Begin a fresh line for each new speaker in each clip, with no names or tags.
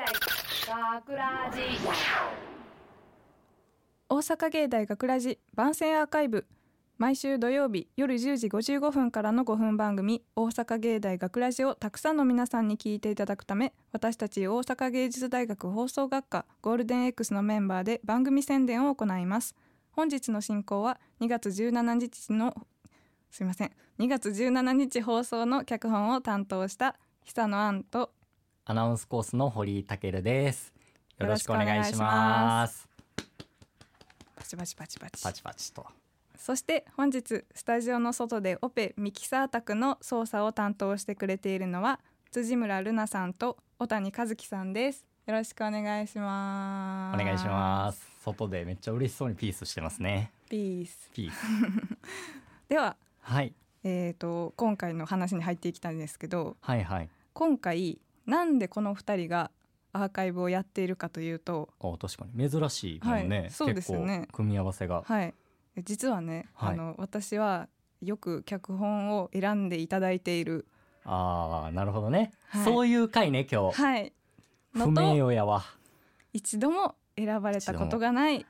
学ラジ
大阪芸大学ラジ番宣アーカイブ毎週土曜日夜10時55分からの5分番組「大阪芸大学ラジをたくさんの皆さんに聞いていただくため私たち大阪芸術大学放送学科ゴールデン X のメンバーで番組宣伝を行います本日の進行は2月17日のすいません2月17日放送の脚本を担当した久野杏と
アナウンスコースの堀井健です。よろしくお願いし
よろしくお願
ま。
いしますパチパチパチパチ
パチパチと。
そして本日スタジオの外でオペミキサー宅の操作を担当してくれているのは辻村ルナさんと小谷和樹さんです。よろしくお願いし
お
ます。
願いします。外でめっちゃ嬉しそうにピースしてますね。
す。ピース。
ピース。
では、
はい。
えー、と今回の話に入っていきたいんですけど
はいはい。
今回なんでこの二人がアーカイブをやっているかというと、
お確かに珍しいもんね。
はいそうですよね
結構組み合わせが。
はい、実はね、
はい
あの私はよく脚本を選んでいただいている、
ああなるほどね、
はい
そういう回ね今日。
はい、の
不
と
名誉やわ。
一度も選ばれたことがない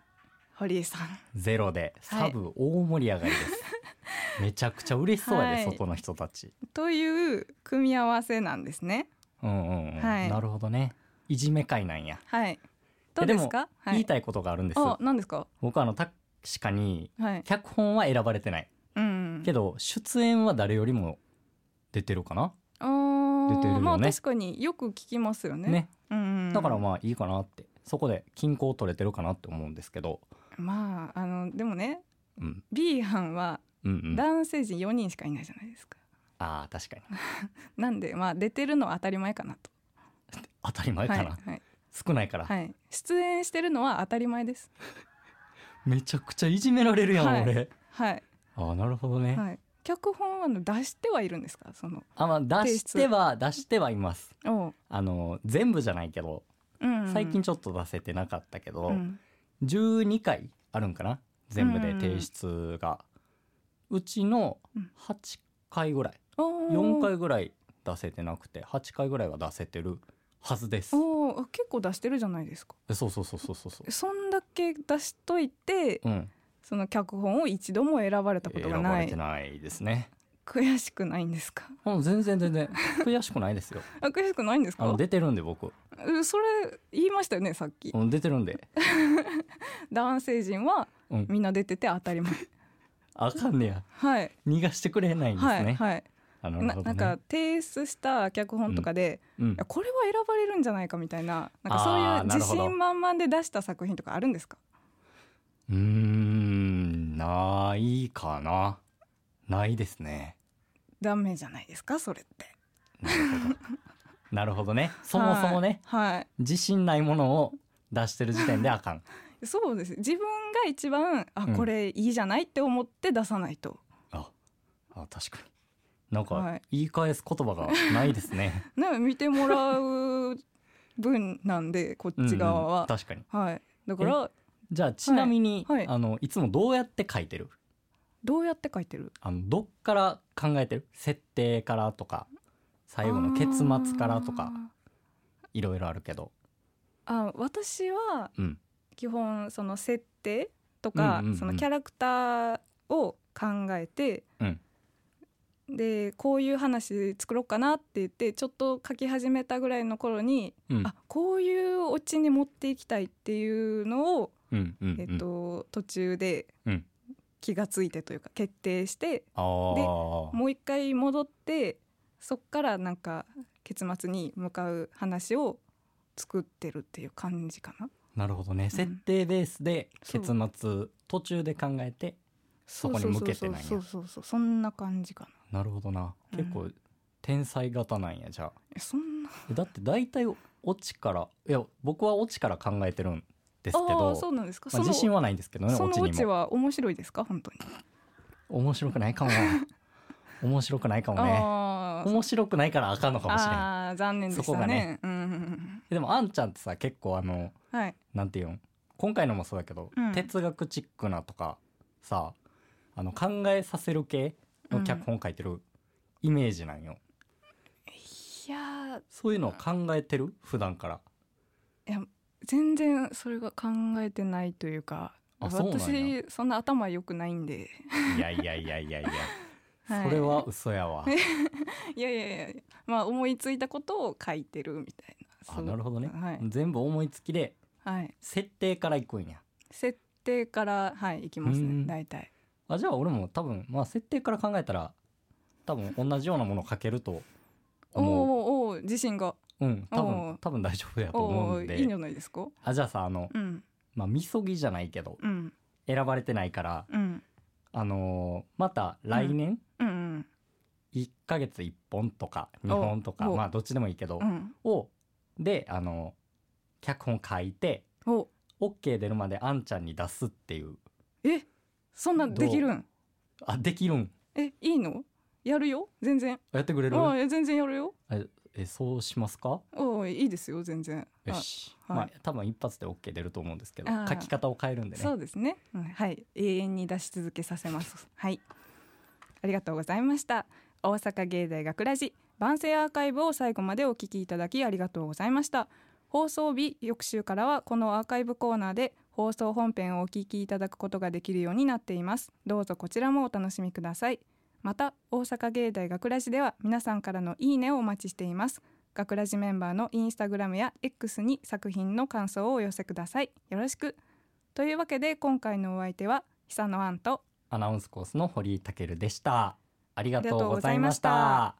堀井さん
ゼロで
は
サ
い
ブ大盛り上がり です。めちゃくちゃ嬉しそうやで、
はい
外の人たち。
という組み合わせなんですね。
うんうん、うん
はい
なるほどね。いじめ会なんや。
はい。どうですか？は
言い
い
たいことがあるんです。
あ、なんですか？
僕はあの確かに
はい。
脚本は選ばれてない
うん。
けど出演は誰よりも出てるかな、
あー
出てるよね
まあ確かによく聞きますよね。
ね
うんうん。
だからまあいいかなってそこで均衡取れてるかなって思うんですけど、
まああのでもね、
うん、
B 班は
うんうん
男性陣4人しかいないじゃないですか。
あー確かに
なんでまあ出てるのは当たり前かなと。
当たり前かな、
はいはい
少ないから、
はい。出演してるのは当たり前です。
めちゃくちゃいじめられるやん、
はい
俺
はい
あーなるほどね、
はい。脚本は出してはいるんですか？その。
あまあ出しては出してはいます
おう。
あの全部じゃないけど
うんうん
最近ちょっと出せてなかったけど、
うん
12回あるんかな全部で提出が、うちの
うん
8回ぐらい
おー
4回ぐらい出せてなくて8回ぐらいは出せてるはずです
おー結構出してるじゃないですか
そうそうそうそうそうそう
そんだけ出しといて
うん
その脚本を一度も選ばれたことが
選
な
ばれ
い
てないですね
悔しくないんですか
うん全然全然悔しくないですよ
あ悔しくないんです
あ
か
の出てるんで僕
うんそれ言いましたよねさっき
うん出てるんで
男性陣は
うん
みんな出てて当たり前
あかんねや
はい
逃がしてくれないんですね、
はいはい
あなる
な
ほどね
なんか提出した脚本とかで、
うん
いやこれは選ばれるんじゃないかみたいななんかそう
あ
い
ー
う
なる
自
ほど
信満々で出した作品とかあるんですか
うーんないかなないですね
ダメじゃないですかそれって
な るほどなるほどねそもそもね、
はい、はい
自信ないものを出してる時点であかん
そうです自分が一番あ
うん
これいいじゃないって思って出さないと、
ああ確かになん
は
か
い
言い返す言葉がないですね
ね見てもらう分なんでこっち側
うんうん
は、
確かに
はいだから
じゃあちなみに、
はいはい
あのいつもどうやって書いてる
どうやって書いてる
あのどっから考えてる設定からとか最後の結末からとかいろいろあるけど
あーあ私は
うん
基本その設定とか、
うんうんうん
そのキャラクターを考えて、
うん
でこういう話作ろうかなって言ってちょっと書き始めたぐらいの頃に、
うん
あこういうオチに持っていきたいっていうのを
うんうんうん
えっと、途中で
うん
気がついてというか決定して
あー
もう一回戻ってそっからなんか結末に向かう話を作ってるっていう感じかな。
なるほどね、設定ベースで
そう
結末途中で考えてそこに向けてないんや
そうそうそうそうそうそんな感じかな。
なるほどな
うん
結構天才型なんやじゃあ
えそんな
だって大体オチからいや僕はオチから考えてるんですけ
ああ
ど
そうなんですか。そ
まあ、
の
自信はないんですけどね
そ
オチ
のオチ
にも
は面白いですか本当に。
面白くないか もな面白くないかもね
あー
面白くないからあかんのかもしれな
あー残念でし
そこ
た
が
ね
ね。
うんうんうん
いでもあんちゃんってさ結構あの
うんはい。
なんていうん今回のもそうだけど、
うん
哲学チックなとかさあの考えさせる系の脚本書いてるイメージなんよ、
いやー
そういうのを考えてる普段から
いや全然それが考えてないというか
あそうなんや
私そんな頭良くないんで、
いやいやいやいやいや、
はい
それは嘘やわ。
いやいやいやまあ思いついたことを書いてるみたいな
あなるほどね、
はい、
全部思いつきで
はい、
設定からいくんや。
設定からはいいきます
う
ね
ん
大体
あじゃあ俺も多分まあ設定から考えたら多分同じようなものを書けると
おー
思う。
おー自信が
うん
お
多
う
分多分大丈夫やと思
お
う
お
ん
ー
で。
いいんじゃないですか
あじゃあさあの
うん
まあみそぎじゃないけど
うん
選ばれてないから
うん
あのーまた来年
うんうん
1ヶ月1本とか2本とか
おう
まあどっちでもいいけど、
うん
をであの脚本書いて
お
OK 出るまであんちゃんに出すっていう
えそんなんできるん
あできるん
えいいのやるよ全然
やってくれる
あ全然やるよ
えそうしますか
おーいいですよ全然
よし、
はい
まあ多分一発で OK 出ると思うんですけど
あー
書き方を変えるんで
そ
ね
うですね、うんはい永遠に出し続けさせますはいありがとうございました大阪芸大学ラジ番宣アーカイブを最後までお聞きいただきありがとうございました放送日翌週からはこのアーカイブコーナーで放送本編をお聞きいただくことができるようになっていますどうぞこちらもお楽しみくださいまた大阪芸大学ラジでは皆さんからのいいねをお待ちしています学ラジメンバーのインスタグラムや X に作品の感想をお寄せくださいよろしくというわけで今回のお相手は久野杏と
アナウンスコースの堀井健でしたありがと
ありがと
う
うご
ご
ざ
ざ
い
い
ま
ま
し
した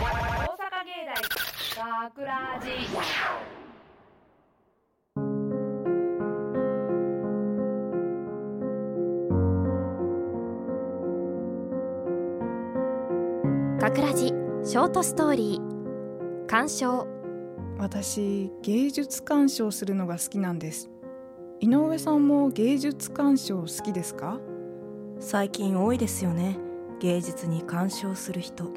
大阪芸大学ラジ
かくらじショートストーリー鑑賞
私芸術鑑賞するのが好きなんです井上さんも芸術鑑賞好きですか
最近多いですよね芸術に干渉する人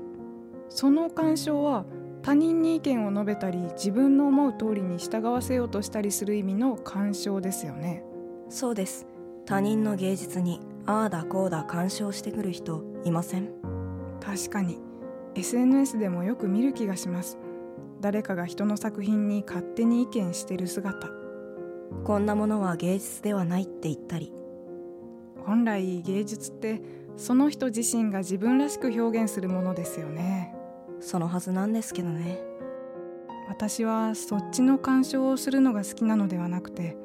その鑑賞は他人に意見を述べたり自分の思う通りに従わせようとしたりする意味の鑑賞ですよね
そうです他人の芸術にああだこうだ干渉してくる人いません
確かに SNS でもよく見る気がします誰かが人の作品に勝手に意見してる姿
こんなものは芸術ではないって言ったり
本来芸術ってその人自身が自分らしく表現するものですよね
そのはずなんですけどね
私はそっちの鑑賞をするのが好きなのではなくて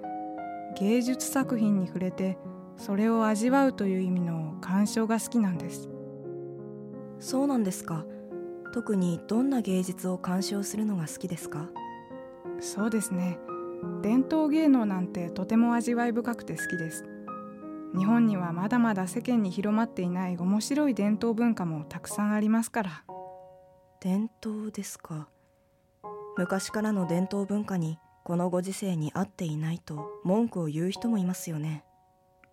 芸術作品に触れてそれを味わうという意味の鑑賞が好きなんです
そうなんですか特にどんな芸術を干渉するのが好きですか
そうですね伝統芸能なんてとても味わい深くて好きです日本にはまだまだ世間に広まっていない面白い伝統文化もたくさんありますから
伝統ですか昔からの伝統文化にこのご時世に合っていないと文句を言う人もいますよね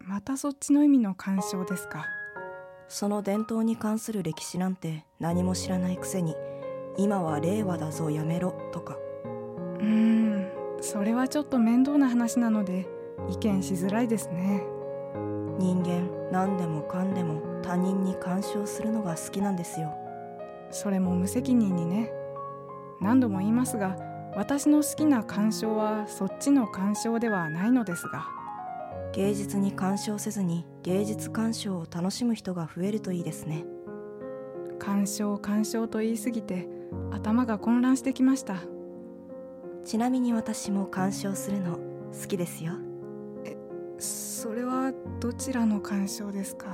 またそっちの意味の鑑賞ですか
その伝統に関する歴史なんて何も知らないくせに今は令和だぞやめろとか
うーんそれはちょっと面倒な話なので意見しづらいですね
人間何でもかんでも他人に干渉するのが好きなんですよ
それも無責任にね何度も言いますが私の好きな鑑賞はそっちの鑑賞ではないのですが
芸術に干渉せずに芸術鑑賞を楽しむ人が増えるといいですね
鑑賞鑑賞と言い過ぎて頭が混乱してきました
ちなみに私も干渉するの好きですよ
それはどちらの鑑賞ですか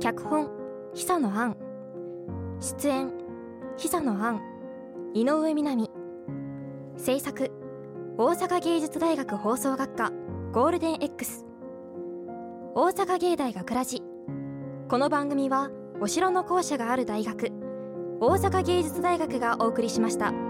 脚本久野杏出演久野杏井上みなみ制作大阪芸術大学放送学科ゴールデン X 大阪芸大学ラジこの番組はお城の校舎がある大学大阪芸術大学がお送りしました。